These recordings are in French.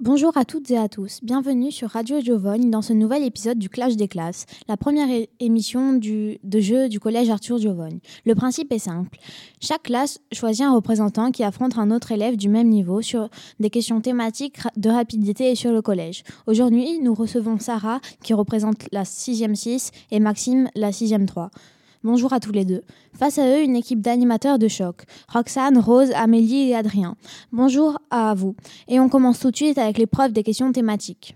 Bonjour à toutes et à tous, bienvenue sur Radio Giovogne dans ce nouvel épisode du Clash des classes, la première é- émission du- de jeu du collège Arthur Giovogne. Le principe est simple, chaque classe choisit un représentant qui affronte un autre élève du même niveau sur des questions thématiques ra- de rapidité et sur le collège. Aujourd'hui, nous recevons Sarah qui représente la 6e 6 et Maxime la 6e 3. Bonjour à tous les deux. Face à eux, une équipe d'animateurs de choc. Roxane, Rose, Amélie et Adrien. Bonjour à vous. Et on commence tout de suite avec l'épreuve des questions thématiques.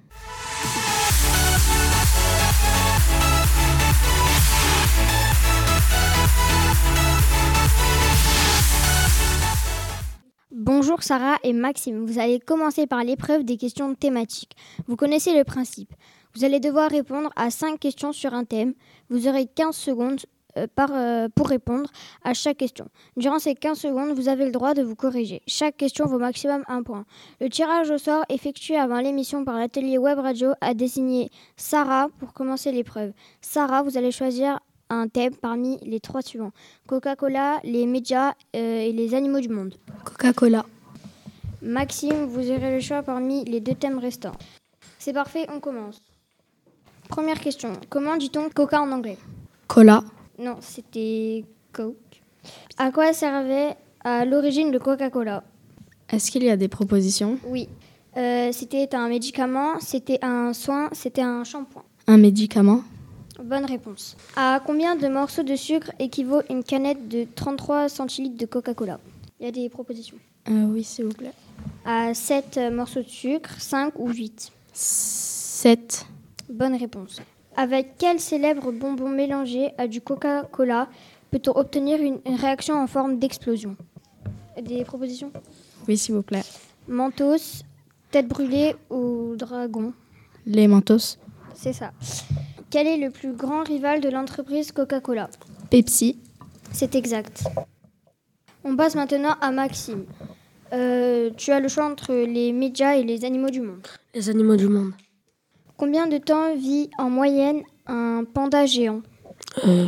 Bonjour Sarah et Maxime, vous allez commencer par l'épreuve des questions thématiques. Vous connaissez le principe. Vous allez devoir répondre à 5 questions sur un thème. Vous aurez 15 secondes euh, par, euh, pour répondre à chaque question. Durant ces 15 secondes, vous avez le droit de vous corriger. Chaque question vaut maximum un point. Le tirage au sort effectué avant l'émission par l'atelier Web Radio a désigné Sarah pour commencer l'épreuve. Sarah, vous allez choisir un thème parmi les trois suivants. Coca-Cola, les médias euh, et les animaux du monde. Coca-Cola. Maxime, vous aurez le choix parmi les deux thèmes restants. C'est parfait, on commence. Première question. Comment dit-on coca en anglais Cola. Non, c'était coke. À quoi servait à l'origine le Coca-Cola Est-ce qu'il y a des propositions Oui. Euh, c'était un médicament, c'était un soin, c'était un shampoing. Un médicament Bonne réponse. À combien de morceaux de sucre équivaut une canette de 33 centilitres de Coca-Cola Il y a des propositions. Euh, Oui, s'il vous plaît. À 7 morceaux de sucre, 5 ou 8 7. Bonne réponse. Avec quel célèbre bonbon mélangé à du Coca-Cola peut-on obtenir une une réaction en forme d'explosion Des propositions Oui, s'il vous plaît. Mentos, tête brûlée ou dragon Les mentos. C'est ça. Quel est le plus grand rival de l'entreprise Coca-Cola Pepsi. C'est exact. On passe maintenant à Maxime. Euh, tu as le choix entre les médias et les animaux du monde. Les animaux du monde. Combien de temps vit en moyenne un panda géant Euh,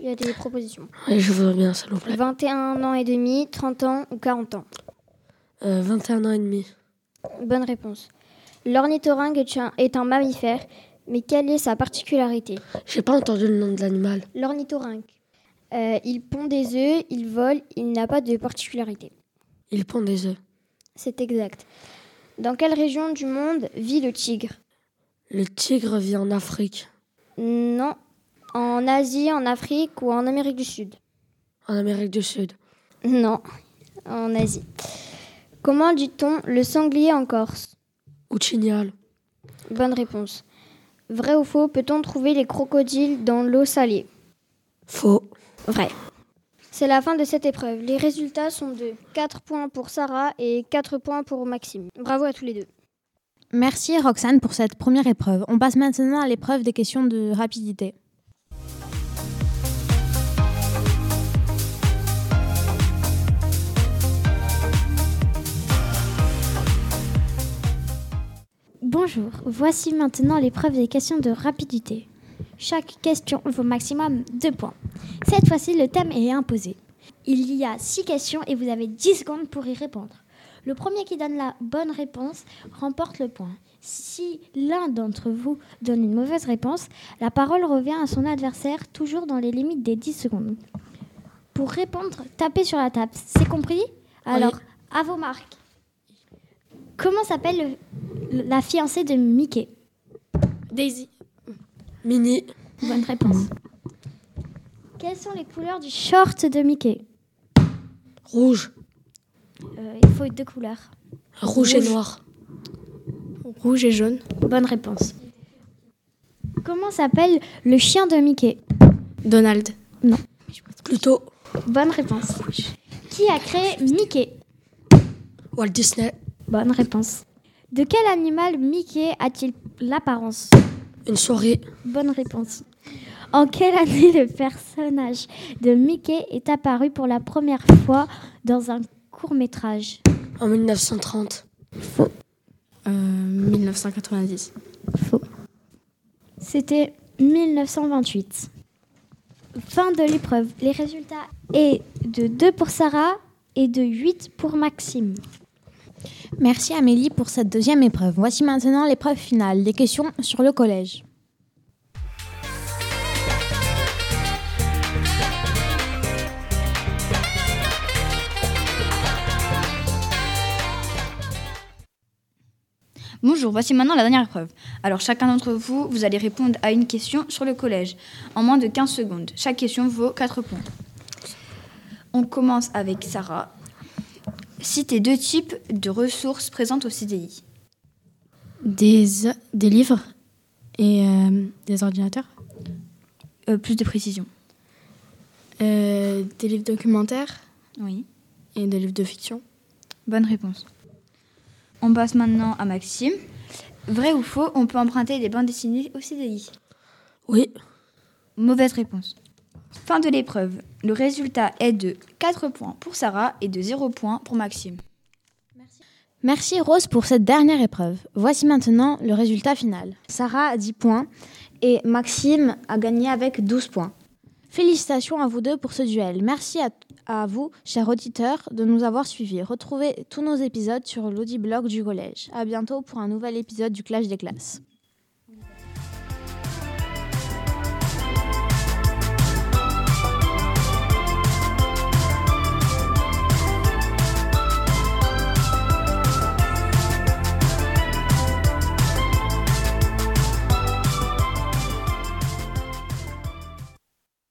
Il y a des propositions. ouais, je voudrais bien, s'il vous plaît. 21 ans et demi, 30 ans ou 40 ans Euh, 21 ans et demi. Bonne réponse. L'ornithorynque est un- est un mammifère, mais quelle est sa particularité J'ai pas entendu le nom de l'animal. L'ornithorynque. Euh, il pond des œufs, il vole, il n'a pas de particularité. Il pond des œufs. C'est exact. Dans quelle région du monde vit le tigre Le tigre vit en Afrique, Non. En Asie, en Afrique ou en Amérique du Sud en Amérique du Sud. Non. En Asie. Comment dit-on le sanglier en Corse Ou Chignal. Bonne réponse. Vrai ou faux, peut-on trouver les crocodiles dans l'eau salée Faux. Vrai. C'est la fin de cette épreuve. Les résultats sont de 4 points pour Sarah et 4 points pour Maxime. Bravo à tous les deux. Merci Roxane pour cette première épreuve. On passe maintenant à l'épreuve des questions de rapidité. Bonjour, voici maintenant l'épreuve des questions de rapidité. Chaque question vaut maximum 2 points. Cette fois-ci, le thème est imposé. Il y a 6 questions et vous avez 10 secondes pour y répondre. Le premier qui donne la bonne réponse remporte le point. Si l'un d'entre vous donne une mauvaise réponse, la parole revient à son adversaire, toujours dans les limites des 10 secondes. Pour répondre, tapez sur la table. C'est compris Alors, à vos marques. Comment s'appelle le la fiancée de Mickey. Daisy. Mini. Bonne réponse. Quelles sont les couleurs du short de Mickey Rouge. Euh, Il faut deux couleurs. Rouge, et noir. Rouge et jaune. Bonne réponse. Comment s'appelle le chien de Mickey Donald. Plutôt Bonne réponse. Qui a créé Mickey Walt Disney. Bonne réponse. De quel animal Mickey a-t-il l'apparence Une souris. Bonne réponse. En quelle année le personnage de Mickey est apparu pour la première fois dans un court métrage En 1930. Euh, 1990. C'était 1928. Fin de l'épreuve. Les résultats est de 2 pour Sarah et de 8 pour Maxime. Merci Amélie pour cette deuxième épreuve. Voici maintenant l'épreuve finale, les questions sur le collège. Bonjour, voici maintenant la dernière épreuve. Alors chacun d'entre vous, vous allez répondre à une question sur le collège en moins de 15 secondes. Chaque question vaut 4 points. On commence avec Sarah. Citez deux types de ressources présentes au CDI. Des, euh, des livres et euh, des ordinateurs. Euh, plus de précision. Euh, des livres documentaires Oui. et des livres de fiction. Bonne réponse. On passe maintenant à Maxime. Vrai ou faux, on peut emprunter des bandes dessinées au CDI Oui. Mauvaise réponse. Fin de l'épreuve. Le résultat est de 4 points pour Sarah et de 0 points pour Maxime. Merci Rose pour cette dernière épreuve. Voici maintenant le résultat final. Sarah a 10 points et Maxime a gagné avec 12 points. Félicitations à vous deux pour ce duel. Merci à, à vous, chers auditeurs, de nous avoir suivis. Retrouvez tous nos épisodes sur l'audiblog du collège. À bientôt pour un nouvel épisode du Clash des classes.